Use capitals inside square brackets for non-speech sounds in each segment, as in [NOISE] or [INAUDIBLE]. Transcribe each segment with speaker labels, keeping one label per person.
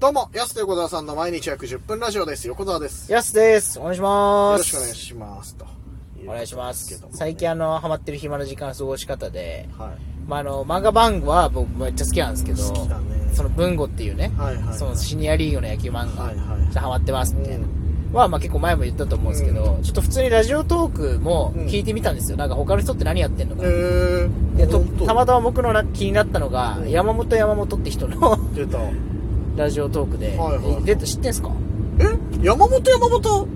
Speaker 1: どうも、やすと横澤さんの毎日約10分ラジオです。横澤です。よ
Speaker 2: やすです。お願いしま
Speaker 1: ろし
Speaker 2: す。
Speaker 1: くお願いします。とう
Speaker 2: お願いしま
Speaker 1: こ
Speaker 2: す
Speaker 1: とでけどもね
Speaker 2: 最近あの、ハマってる暇の時間の過ごし方で、
Speaker 1: は
Speaker 2: まあ、あの、漫画番組は僕めっちゃ好きなんですけど、
Speaker 1: 好きだね
Speaker 2: その文語っていうね、
Speaker 1: はいはいはい
Speaker 2: そのシニアリーグの野球漫画、
Speaker 1: はいはい
Speaker 2: ちょっとハマってますみたいな。
Speaker 1: う
Speaker 2: は、まあ結構前も言ったと思うんですけど、ちょっと普通にラジオトークも
Speaker 1: うん
Speaker 2: 聞いてみたんですよ。なんか他の人って何やってんの
Speaker 1: い。
Speaker 2: か。
Speaker 1: えー、
Speaker 2: でと
Speaker 1: 本当
Speaker 2: たまたま僕のな気になったのが、
Speaker 1: うん
Speaker 2: 山本山本って人の [LAUGHS]
Speaker 1: 出た。
Speaker 2: ラジオトークで、
Speaker 1: はいはい
Speaker 2: で知ってんすか
Speaker 1: え山本山本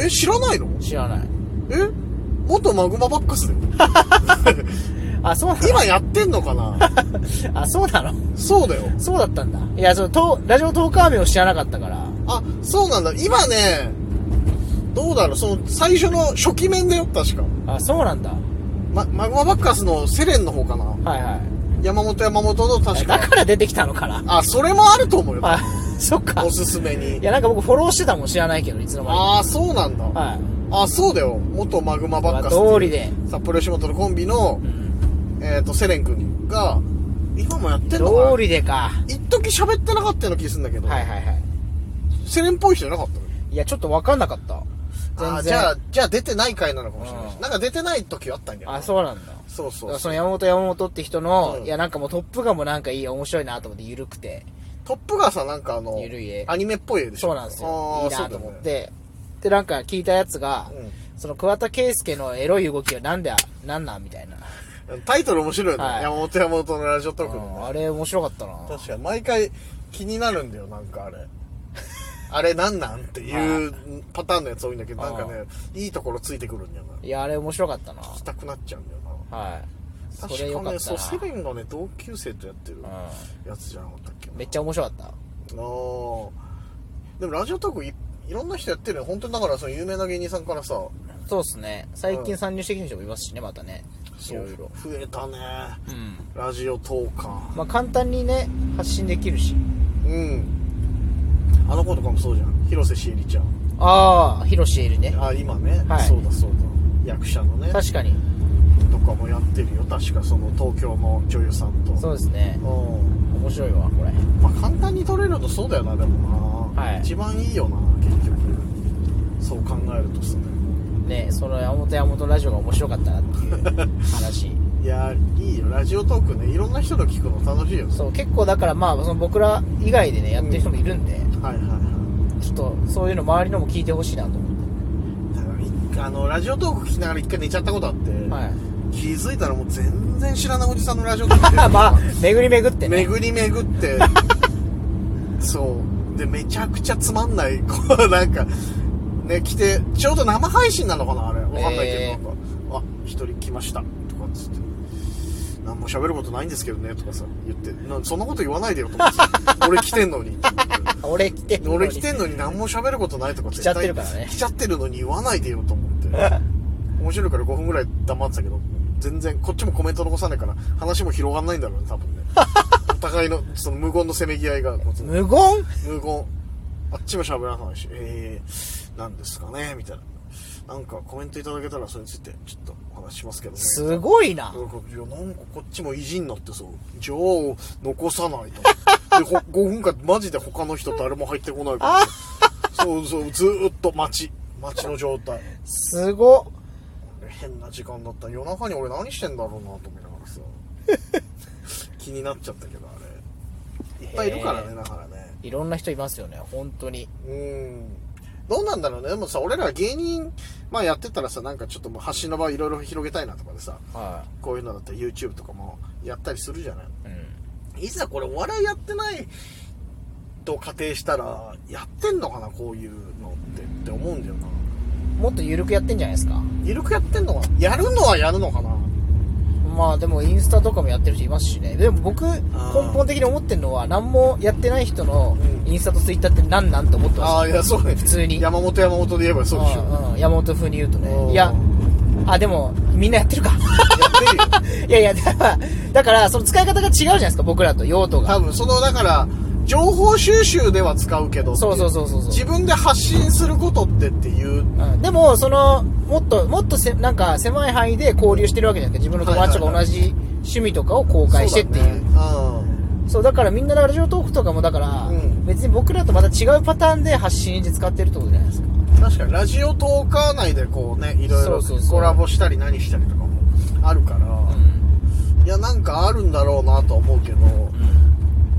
Speaker 1: え、え、知らないの
Speaker 2: 知らない。
Speaker 1: え元マグマバックスだよ。
Speaker 2: あ、そうなの [LAUGHS]
Speaker 1: 今やってんのかな
Speaker 2: あ、そうなの
Speaker 1: そうだよ。
Speaker 2: そうだったんだ。いや、その、とラジオトーカー名を知らなかったから。
Speaker 1: あ、そうなんだ。今ね、どうだろう、その、最初の初期面だよ、確か。
Speaker 2: あ、そうなんだ。
Speaker 1: ま、マグマバッカスのセレンの方かな
Speaker 2: はいは
Speaker 1: 山本山本の
Speaker 2: い。
Speaker 1: 確
Speaker 2: だ
Speaker 1: か。
Speaker 2: から出てきたのかな。
Speaker 1: あ、それもあると思うよ。
Speaker 2: あ、そっか
Speaker 1: お。すすめ
Speaker 2: い
Speaker 1: に。
Speaker 2: や、なんか僕フォローしてたもん知らないけど、いつの間に
Speaker 1: ああ、そうなんだ。
Speaker 2: か。はい。
Speaker 1: あ、そうだよ。元マグマバッカスっていう。
Speaker 2: 通りで。
Speaker 1: 札幌吉本のコンビの
Speaker 2: う、ん。
Speaker 1: えっ、と、セレン君が、今もやってん
Speaker 2: 通
Speaker 1: のかな
Speaker 2: りでか。
Speaker 1: 一時喋ってなかったような気がするんだけど、
Speaker 2: はいはいはい。
Speaker 1: セレンっぽい人じゃなかったの
Speaker 2: いや、ちょっとわかんなかった。全
Speaker 1: あ
Speaker 2: 然。
Speaker 1: ーじゃあ、じゃあ出てない回なのかもしれないし。
Speaker 2: うん
Speaker 1: なんか出てない時あったんだよ。
Speaker 2: あ、そうなんだ。
Speaker 1: そう
Speaker 2: だ
Speaker 1: そう
Speaker 2: から
Speaker 1: そ。
Speaker 2: そうの山本山本って人の、
Speaker 1: うん
Speaker 2: いや、なんかもうトップガンもなんかいい、面白いなと思って、緩くて。
Speaker 1: トップがさ、なんかあの
Speaker 2: ゆるい絵、
Speaker 1: アニメっぽい絵でしょ。
Speaker 2: そうなんですよ
Speaker 1: あ。ー
Speaker 2: いい
Speaker 1: そうだ
Speaker 2: なと
Speaker 1: よね
Speaker 2: 思って。で、なんか聞いたやつが、その桑田佳祐のエロい動きはなんで、なんなんみたいな。
Speaker 1: うん。タイトル面白いよね。
Speaker 2: はい
Speaker 1: 山本山本のラジオトークの
Speaker 2: うんあれ面白かったな。
Speaker 1: 確かに毎回気になるんだよなんか
Speaker 2: [LAUGHS]
Speaker 1: あれあれなんなんっていうパターンのやつ多いんだけどなんかねいいところついてくるんだよない
Speaker 2: や、あれ面白かったな。
Speaker 1: 聞きたくなっちゃうんだよな
Speaker 2: はい。そ
Speaker 1: 確
Speaker 2: れ良
Speaker 1: か
Speaker 2: かっ
Speaker 1: ね
Speaker 2: た
Speaker 1: そうセ
Speaker 2: な
Speaker 1: レンがね同級生とやってる。やつじゃなかったっけ
Speaker 2: うん。
Speaker 1: な
Speaker 2: めっちゃ面白かった。
Speaker 1: あーでもラジオトークいいろんな人やってるよ本当にだからその有名な芸人さんからさ
Speaker 2: そうですね。最近参入してきてる人もいますしね、またね。いろいろ。
Speaker 1: 増えたね
Speaker 2: うん。
Speaker 1: ラジオトーカー
Speaker 2: まあ簡単にね、発信できるし。
Speaker 1: うんあの子とかもそうじゃん広瀬しえりちゃん
Speaker 2: ああ、広瀬エリね。
Speaker 1: あ今ね、
Speaker 2: はい
Speaker 1: そうだそうだ役者のね
Speaker 2: 確かに。
Speaker 1: とかもやってるよ確かその東京の女優さんと
Speaker 2: そうですね。
Speaker 1: うん
Speaker 2: 面白いわ、これ。
Speaker 1: まあ簡単に撮れるとそうだよなでもな、
Speaker 2: はい
Speaker 1: 一番いいよな結局そう考えるとすね
Speaker 2: ね、その山本山本ラジオが面白かったなっていう
Speaker 1: [LAUGHS]
Speaker 2: 話。
Speaker 1: いやいいよラジオトークねいろんな人の聞くの楽しいよ
Speaker 2: そう、結構だからまあ、その僕ら以外でね、やってる人もいるんで、
Speaker 1: はいはいは
Speaker 2: ちょっとそういうの周りのも聞いてほしいなと思っ
Speaker 1: いだから一回あのラジオトーク聞きながら一回寝ちゃったことあって、
Speaker 2: て。はい。
Speaker 1: 気づいたらもう全然知らないおじさんのラジオトーク
Speaker 2: [LAUGHS] まあ、巡り巡ってね。
Speaker 1: 巡り巡って
Speaker 2: [LAUGHS]
Speaker 1: そうでめちゃくちゃつまんない [LAUGHS] こうなんかね来てちょうど生配信なのかなあれわかんないけど、
Speaker 2: えー
Speaker 1: なんか「あ一人来ました」とかっつって「何も喋ることないんですけどね」とかさ言ってなそんなこと言わないでよ」とか
Speaker 2: [LAUGHS]
Speaker 1: 俺来てんのに
Speaker 2: 俺来てんのに
Speaker 1: 俺来てんのに何も喋ることないとか
Speaker 2: 来ちゃってるからね
Speaker 1: 来ちゃってるのに言わないでよと思って
Speaker 2: [LAUGHS]
Speaker 1: 面白いから5分ぐらい黙ってたけど全然こっちもコメント残さないから話も広がんないんだろうね多
Speaker 2: [LAUGHS]
Speaker 1: 分ねお互いのその無言のせめぎ合いがこう
Speaker 2: 無言
Speaker 1: 無言あっちも喋らないしえー、なんですかねみたいななんかコメントいただけたらそれについてちょっとお話ししますけどね
Speaker 2: すごいな
Speaker 1: な。んかいやなんかこっちも意地になってそう情を残さないとでほ5分間マジで他の人誰も入ってこないからそうそうずーっと待ち待ちの状態
Speaker 2: すご。
Speaker 1: 変な時間だった夜中に俺何してんだろうなと思いながらさ気になっちゃったけどあれいっぱいいるから
Speaker 2: へ
Speaker 1: ねだからね
Speaker 2: いろんな人いますよね、本当に。
Speaker 1: うんどうなんだろうねでもさ俺ら芸人、まあ、やってたらさなんかちょっともう発信の場いろいろ広げたいなとかでさ
Speaker 2: は
Speaker 1: こういうのだったら YouTube とかもやったりするじゃない
Speaker 2: い。うん。
Speaker 1: いざこれお笑いやってないと仮定したら、やってんのかな、こういうのってって思うんだよな。
Speaker 2: もっと緩くやってんじゃないですか。
Speaker 1: ゆるくやってんのかなやるのはやるのかな
Speaker 2: まあでもインスタとかもやってる人いますしね。でも僕、根
Speaker 1: ー
Speaker 2: 本的に思ってるのは、何もやってない人の
Speaker 1: うん
Speaker 2: インスタとツイッターって何なんて思ってます。
Speaker 1: ああ、いや、そうね。普
Speaker 2: 通に
Speaker 1: 山本山本で言えばそうでしょ。
Speaker 2: うんうん山本風に言うと
Speaker 1: うん
Speaker 2: ね。いや、あ、でも、みんなやってるか。
Speaker 1: やってる
Speaker 2: [LAUGHS]
Speaker 1: よ。
Speaker 2: いやいや、だから、だからその使い方が違うじゃないですか、僕らと、用途が。
Speaker 1: 多分、その、だから、情報収集では使うけどってい
Speaker 2: そうそうそうそうそう
Speaker 1: 自分で発信することってっていう。
Speaker 2: うんでも、その、もっと、もっとせ、なんか、狭い範囲で交流してるわけじゃないですか。自分の友達と
Speaker 1: はい
Speaker 2: か
Speaker 1: はいはい
Speaker 2: 同じ趣味とかを公開してってい
Speaker 1: そ
Speaker 2: う。
Speaker 1: だね。うん。
Speaker 2: そう、だからみんなラジオトークとかも、だから、
Speaker 1: うん
Speaker 2: 別に僕らとまた違うパターンで発信で使ってるってことじゃないですか。
Speaker 1: 確かにラジオトーカー内でこうねいろいろ
Speaker 2: そうそうそう
Speaker 1: コラボしたり何したりとかもあるから、いやなんかあるんだろうなとは思うけど、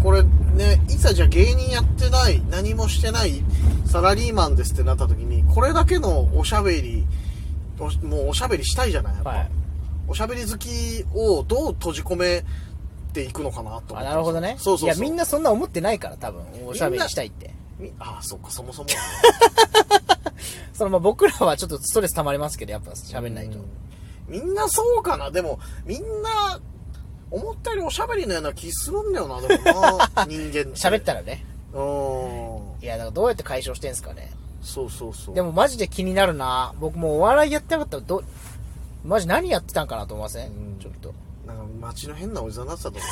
Speaker 1: これねいざじゃあ芸人やってない何もしてないサラリーマンですってなった時にこれだけのおしゃべりおもうおしゃべりしたいじゃないやっぱ、
Speaker 2: はい
Speaker 1: おしゃべり好きをどう閉じ込めていくのかなと思って
Speaker 2: あ、なるほどね。
Speaker 1: そうそうそう
Speaker 2: や、みんなそんな思ってないから、多分、おしゃべりしたいって。
Speaker 1: みああそっかそもそも
Speaker 2: その、まあ、僕らはちょっとストレス溜まりますけど、やっぱ喋んないと。
Speaker 1: みんなそうかなでも、みんな、思ったよりおしゃべりのような気するんだよな、で
Speaker 2: [LAUGHS]
Speaker 1: もな、人間って。
Speaker 2: 喋ったらね。
Speaker 1: うーん。
Speaker 2: いや、だからどうやって解消してんすかね。
Speaker 1: そうそうそう。
Speaker 2: でもマジで気になるな僕もうお笑いやってなかったらど、マジ何やってたんかなと思いません、
Speaker 1: うん
Speaker 2: ちょっと。
Speaker 1: なんか街の変なおじさんになってたと思う。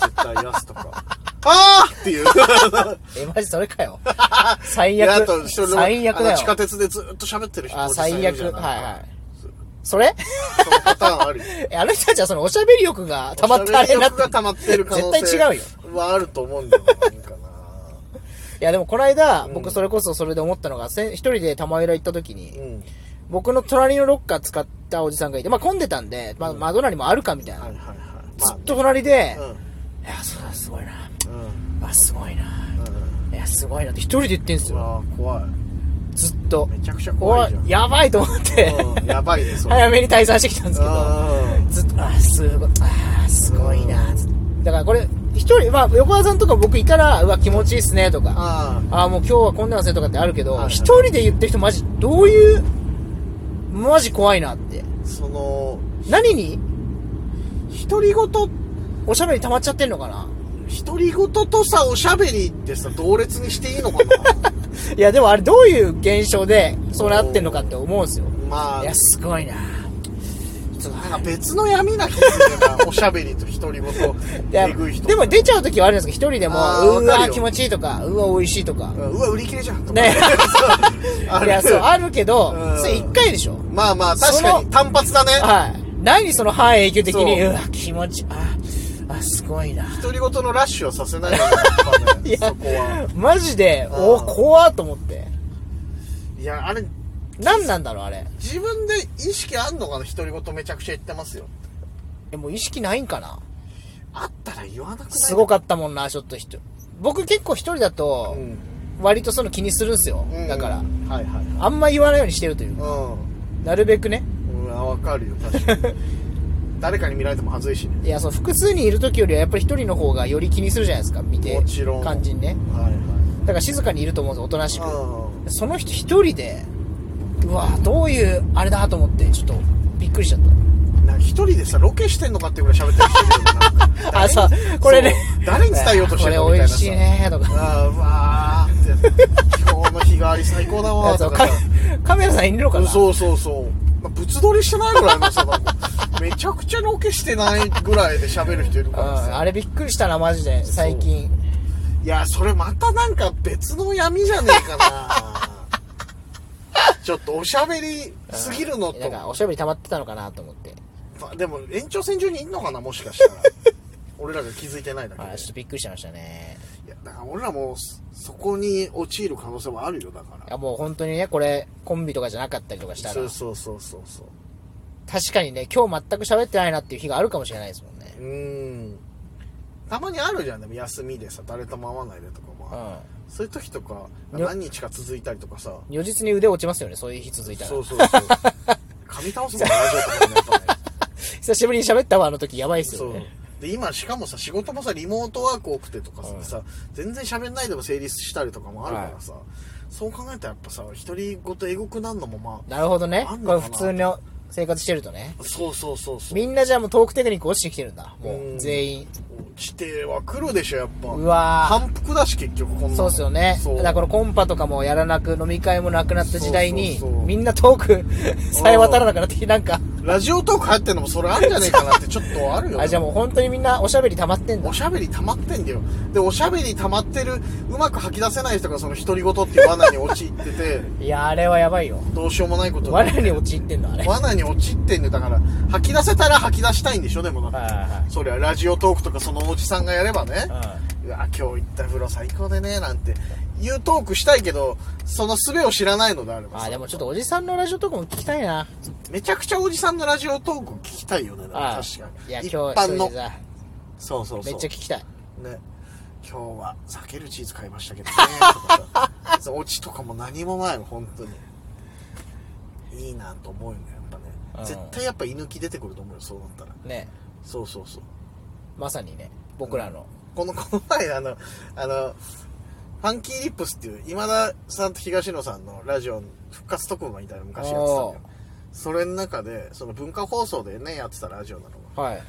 Speaker 1: 絶対やすとか。あーっていう。
Speaker 2: え、マジそれか
Speaker 1: [LAUGHS]
Speaker 2: よ。最
Speaker 1: いやあ
Speaker 2: 悪
Speaker 1: と一人。でも
Speaker 2: 最悪
Speaker 1: あ
Speaker 2: だ
Speaker 1: の地下
Speaker 2: よ。
Speaker 1: 鉄でずっと喋ってる人
Speaker 2: あ、
Speaker 1: おじさんい
Speaker 2: 最
Speaker 1: る
Speaker 2: 悪
Speaker 1: じ。ゃ
Speaker 2: はい
Speaker 1: ない
Speaker 2: はい。それ
Speaker 1: そのパターンあるよ。
Speaker 2: えあの人たちはそのおしゃべり欲が溜まってあれになっ
Speaker 1: おしゃべり欲
Speaker 2: て
Speaker 1: が溜まってる可能性
Speaker 2: 絶対違うよ。
Speaker 1: はあると思うんだよな、なんかな。
Speaker 2: いやでもこの間、
Speaker 1: うん
Speaker 2: 僕それこそそれで思ったのが、せん一人で玉浦行った時に、
Speaker 1: うん。
Speaker 2: 僕の隣のロッカー使ったおじさんがいて、まあ混んでたんで、まあ窓なりもあるかみたいな。
Speaker 1: はいはいはい。
Speaker 2: ずっと隣で、
Speaker 1: まあね
Speaker 2: いや、そうすごいな。
Speaker 1: うん。
Speaker 2: あ、すごいな。
Speaker 1: うん。うん。
Speaker 2: いや、すごいなって一人で言ってんす
Speaker 1: う
Speaker 2: よ。
Speaker 1: わー怖い
Speaker 2: ずっと。
Speaker 1: めちゃくちゃ
Speaker 2: お
Speaker 1: 怖い
Speaker 2: い
Speaker 1: じゃん、
Speaker 2: やばいと思って、
Speaker 1: うんやばいねそれ
Speaker 2: [LAUGHS] 早めに退散してきたんですけど、
Speaker 1: う
Speaker 2: ずっと、あー、すごい、あー、すごいな、つってだからこれ、一人、まあ、横田さんとか僕いたら、うわ、気持ちいいっすね、とか、
Speaker 1: あ
Speaker 2: あー、もう今日はこんなんせとかってある
Speaker 1: は
Speaker 2: け
Speaker 1: い
Speaker 2: ど、
Speaker 1: はい
Speaker 2: 一人で言ってる人マジ、どういう、マジ怖いなって。
Speaker 1: その
Speaker 2: 何に
Speaker 1: 独り言
Speaker 2: おしゃべり溜まっちゃってんのかな
Speaker 1: 独り言とさおしゃべりってさ同列にしていいのか
Speaker 2: [LAUGHS]
Speaker 1: な
Speaker 2: いや、でもあれどういう現象で、そうなってんのかって思うんですよ。
Speaker 1: まあ
Speaker 2: いや、すごいなちょっと
Speaker 1: なんか別の闇な気するよなおしゃべりと独り言
Speaker 2: [LAUGHS] いや
Speaker 1: えぐい人
Speaker 2: でも出ちゃう時はあるんですけど、一人でも、
Speaker 1: あー
Speaker 2: う
Speaker 1: わかる
Speaker 2: わ、
Speaker 1: よ
Speaker 2: 気持ちいいとか、うわ、美味しいとか
Speaker 1: う。んうわ売り切れじゃんとか [LAUGHS]
Speaker 2: ね
Speaker 1: そうあ
Speaker 2: い
Speaker 1: る
Speaker 2: や、そう、あるけど
Speaker 1: うん、
Speaker 2: それ一回でしょ。
Speaker 1: [LAUGHS] まあまあ確か
Speaker 2: そ
Speaker 1: に
Speaker 2: の
Speaker 1: 単発だね
Speaker 2: はい。何その半永久的に、
Speaker 1: そう
Speaker 2: うわ、気持ち、あ、あ、すごいな。
Speaker 1: 独り言のラッシュはさせ [LAUGHS] ないからやっぱね
Speaker 2: いや
Speaker 1: そこは
Speaker 2: マジで、
Speaker 1: うん
Speaker 2: お、怖っと思って。
Speaker 1: いやあれ
Speaker 2: 何なんだろう、あれ。
Speaker 1: 自分で意識あんのかな独り言めちゃくちゃ言ってますよ
Speaker 2: え、もう意識ないんかな
Speaker 1: あったら言わなくない
Speaker 2: すごかったもんな、ちょっと人。僕結構一人だと、割とその気にするんすよ
Speaker 1: うん。
Speaker 2: だから
Speaker 1: う、んはいはい
Speaker 2: あんま言わないようにしてるというか。
Speaker 1: は
Speaker 2: なるべくね。
Speaker 1: いうん、うん、あ分かるよ確か
Speaker 2: [LAUGHS]
Speaker 1: に誰かに見られても恥ずいしね
Speaker 2: いや、そう、複数にいる時よりはやっぱり一人の方がより気にするじゃないですか、見て。
Speaker 1: もちろん
Speaker 2: 感じにね。
Speaker 1: はい
Speaker 2: だから静かにいると思うんですよ、おとなしく。
Speaker 1: は
Speaker 2: その人一人で、うわどういう、あれだと思って、ちょっと、びっくりしちゃっ
Speaker 1: いうんなんか一人でさロケしてんのかっていうぐらい喋ってる人いるよなんか
Speaker 2: た。あ、そう、これね。
Speaker 1: そう誰に伝えようとしてるの
Speaker 2: こ
Speaker 1: み
Speaker 2: れ
Speaker 1: たいな
Speaker 2: 美味
Speaker 1: さ
Speaker 2: しいね、とか。
Speaker 1: あーうわーって今日の日替わり最高だわー
Speaker 2: そ
Speaker 1: と
Speaker 2: うカ
Speaker 1: か
Speaker 2: メ
Speaker 1: さ
Speaker 2: カメラさんいるのかな
Speaker 1: そうそうそう、まあ、ぶつ撮りしてないぐらいのさなんかめちゃくちゃロケしてないぐらいで喋る人いる
Speaker 2: う
Speaker 1: からさ
Speaker 2: ん、あれびっくりしたな、マジで、最近。
Speaker 1: いや、それまたなんか別の闇じゃねえかな。ちょっとおしゃべりすぎるの
Speaker 2: な
Speaker 1: と
Speaker 2: ん。か、おしゃべり溜まってたのかなと思って。
Speaker 1: までも延長線上にいんのかな、もしかしたら。俺らが気づいてないだけで
Speaker 2: あ。ちょっとびっくりしましたね。
Speaker 1: いや、だから俺らもそそこに陥る可能性もあるよ、だか
Speaker 2: い
Speaker 1: ら。
Speaker 2: や、もう本当にね、これ、コンビとかじゃなかったりとかした
Speaker 1: そ
Speaker 2: ら
Speaker 1: う、そうそうそうそう。
Speaker 2: 確かにね、今日全く喋ってないなっていう日があるかもしれないですもんね。
Speaker 1: うーん。たまにあるじゃん、でも休みでさ、誰とも会わないでとかもある。
Speaker 2: う
Speaker 1: そういう時とか、
Speaker 2: よ
Speaker 1: 何日か続いたりとかさ。
Speaker 2: ん。如実に腕落ちますよね、そういう日続いたら
Speaker 1: そ。うそうそう。噛み倒すもんね、ラジオとかでねやっぱね。
Speaker 2: [LAUGHS] 久しぶりに喋ったわ、あの時、やばいっす
Speaker 1: そ
Speaker 2: よ
Speaker 1: う
Speaker 2: ね。
Speaker 1: で今しかもさ仕事もさリモートワーク多くてとかさ,、さ全然喋んないでも成立したりとかもあるからさ、そう考えたらやっぱさ独り言エゴくなんのもま
Speaker 2: なるほどね
Speaker 1: あん。のかな
Speaker 2: これ普通の生活してるとね。
Speaker 1: あそうそうそうそう
Speaker 2: みんなじゃあもうトークテクニック落ちてきてるんだ。も
Speaker 1: うん
Speaker 2: う、全員。
Speaker 1: 地底は来るでしょやっぱ
Speaker 2: うわー
Speaker 1: 反復だし結局こんなの
Speaker 2: そうっすよね。
Speaker 1: そう
Speaker 2: だからこのコンパとかもやらなく、飲み会もなくなった時代に
Speaker 1: そうそうそう、
Speaker 2: みんなトーク [LAUGHS] さえ渡らなくなってきて、なんか、
Speaker 1: ラジオトーク流行ってんのもそれあるんじゃねえかなってちょっとあるよね
Speaker 2: [LAUGHS] あ、じゃあもう本当にみんなおしゃべり溜まってんだ
Speaker 1: お。しゃべり溜まってんだよでおしゃべり溜まってるうまく吐き出せない人がその独り言っていう罠に陥ってて [LAUGHS]
Speaker 2: いや、あれはやばいよ。
Speaker 1: どうしようもないことにな
Speaker 2: 罠に陥ってんだ、あれ。はい
Speaker 1: 罠に陥ってんのよだから吐き出せたら吐き出したいんでしょでもな
Speaker 2: はいはい。
Speaker 1: そりゃラジオトークとかそのおじさんがやればね、うわ、今日行った風呂最高でね、なんて、言うトークしたいけど、その術を知らないのであれば
Speaker 2: あ
Speaker 1: さ
Speaker 2: ーでもちょっとおじさんのラジオとかも聞きたいな。
Speaker 1: めちゃくちゃおじさんのラジオトーク聞きたいよね、確
Speaker 2: あ
Speaker 1: か
Speaker 2: ー
Speaker 1: に。
Speaker 2: いや、今
Speaker 1: 一
Speaker 2: 日、そ
Speaker 1: 般の
Speaker 2: れで。さ
Speaker 1: そうそうそ
Speaker 2: め
Speaker 1: う。
Speaker 2: っちゃ聞きたい。
Speaker 1: ね、今日は避けるチーズ買いましたけ
Speaker 2: [LAUGHS]
Speaker 1: どね、とかさそうオチとかも何もないの、本当に。いいなと思うよね、やっぱね
Speaker 2: う。ん
Speaker 1: 絶対やっぱ居抜き出てくると思うよ、そうなったら。
Speaker 2: ね。
Speaker 1: そうそうそう。
Speaker 2: まさにね、僕らの。
Speaker 1: この、この前、あの、あの、ファンキーリップスっていう、今田さんと東野さんのラジオの復活特番みたいなの昔やってたのよ
Speaker 2: おー。
Speaker 1: それの中で、その文化放送でね、やってたラジオなのが。
Speaker 2: はい。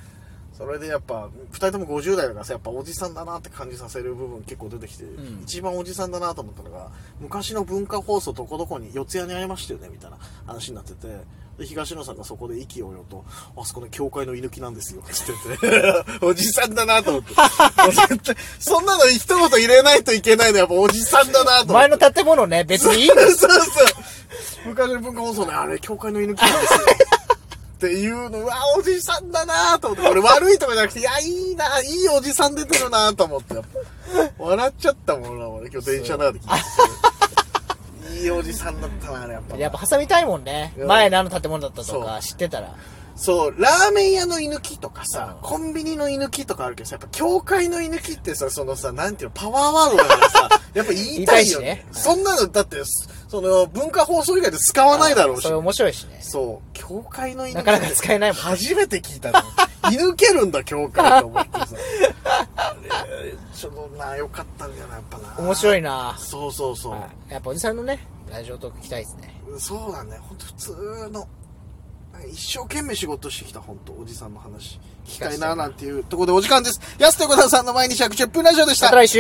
Speaker 1: それでやっぱ、二人とも50代だからさ、やっぱおじさんだなって感じさせる部分結構出てきて、
Speaker 2: ん
Speaker 1: 一番おじさんだなと思ったのが、昔の文化放送どこどこに四谷にありましたよね、みたいな話になってて、で、東野さんがそこで息をよと、あそこの教会の居抜きなんですよ、って言ってて、 [LAUGHS] おじさんだなと思って。絶対そんなの一言入れないといけないのやっぱおじさんだなと思っ
Speaker 2: [LAUGHS] 前
Speaker 1: て
Speaker 2: の。建物ね、別にいいん
Speaker 1: [LAUGHS] そう
Speaker 2: です。
Speaker 1: そうそう。昔の文化放送ね、あれ、教会の犬きなんですよ。っていうの、うわ、おじさんだなと思って、俺悪いとかじゃなくて、いや、いいな、いいおじさん出てるなと思って、やっぱ笑っちゃったもんな、俺、今日電車の中で聞いてて。いいおじさんだったな、あれ、やっぱ。
Speaker 2: やっぱ挟みたいもんね。
Speaker 1: うん
Speaker 2: 前何の建物だったと
Speaker 1: そ
Speaker 2: か
Speaker 1: う
Speaker 2: 知ってたら。
Speaker 1: そう、ラーメン屋の犬きとかさ、コンビニの犬きとかあるけどさ、やっぱ教会の犬きってさ、そのさ、なんていうの、パワーワードだからさ、やっぱ言いたいよね。
Speaker 2: 言いたいしね
Speaker 1: そんなの、だって、その、文化放送以外で使わないだろうし
Speaker 2: それ。面白いしね。
Speaker 1: そう、教会の犬
Speaker 2: なかなか使えないもん
Speaker 1: 初めて聞いたの。居抜けるんだ、教会と思ってさ。あれちょっとな、良かったんじゃない、やっぱな。
Speaker 2: 面
Speaker 1: い。
Speaker 2: 白いな
Speaker 1: そうそうそう。
Speaker 2: やっぱおじさんのね、ラジオトーク聞きたいですね。
Speaker 1: そうなんだよ、ほんと普通の。一生懸命仕事してきた、ほんと、おじさんの話。聞きたいな、なんていうところでお時間です。安手小田さんの毎日110分ラジオでし
Speaker 2: ま
Speaker 1: た
Speaker 2: た。来週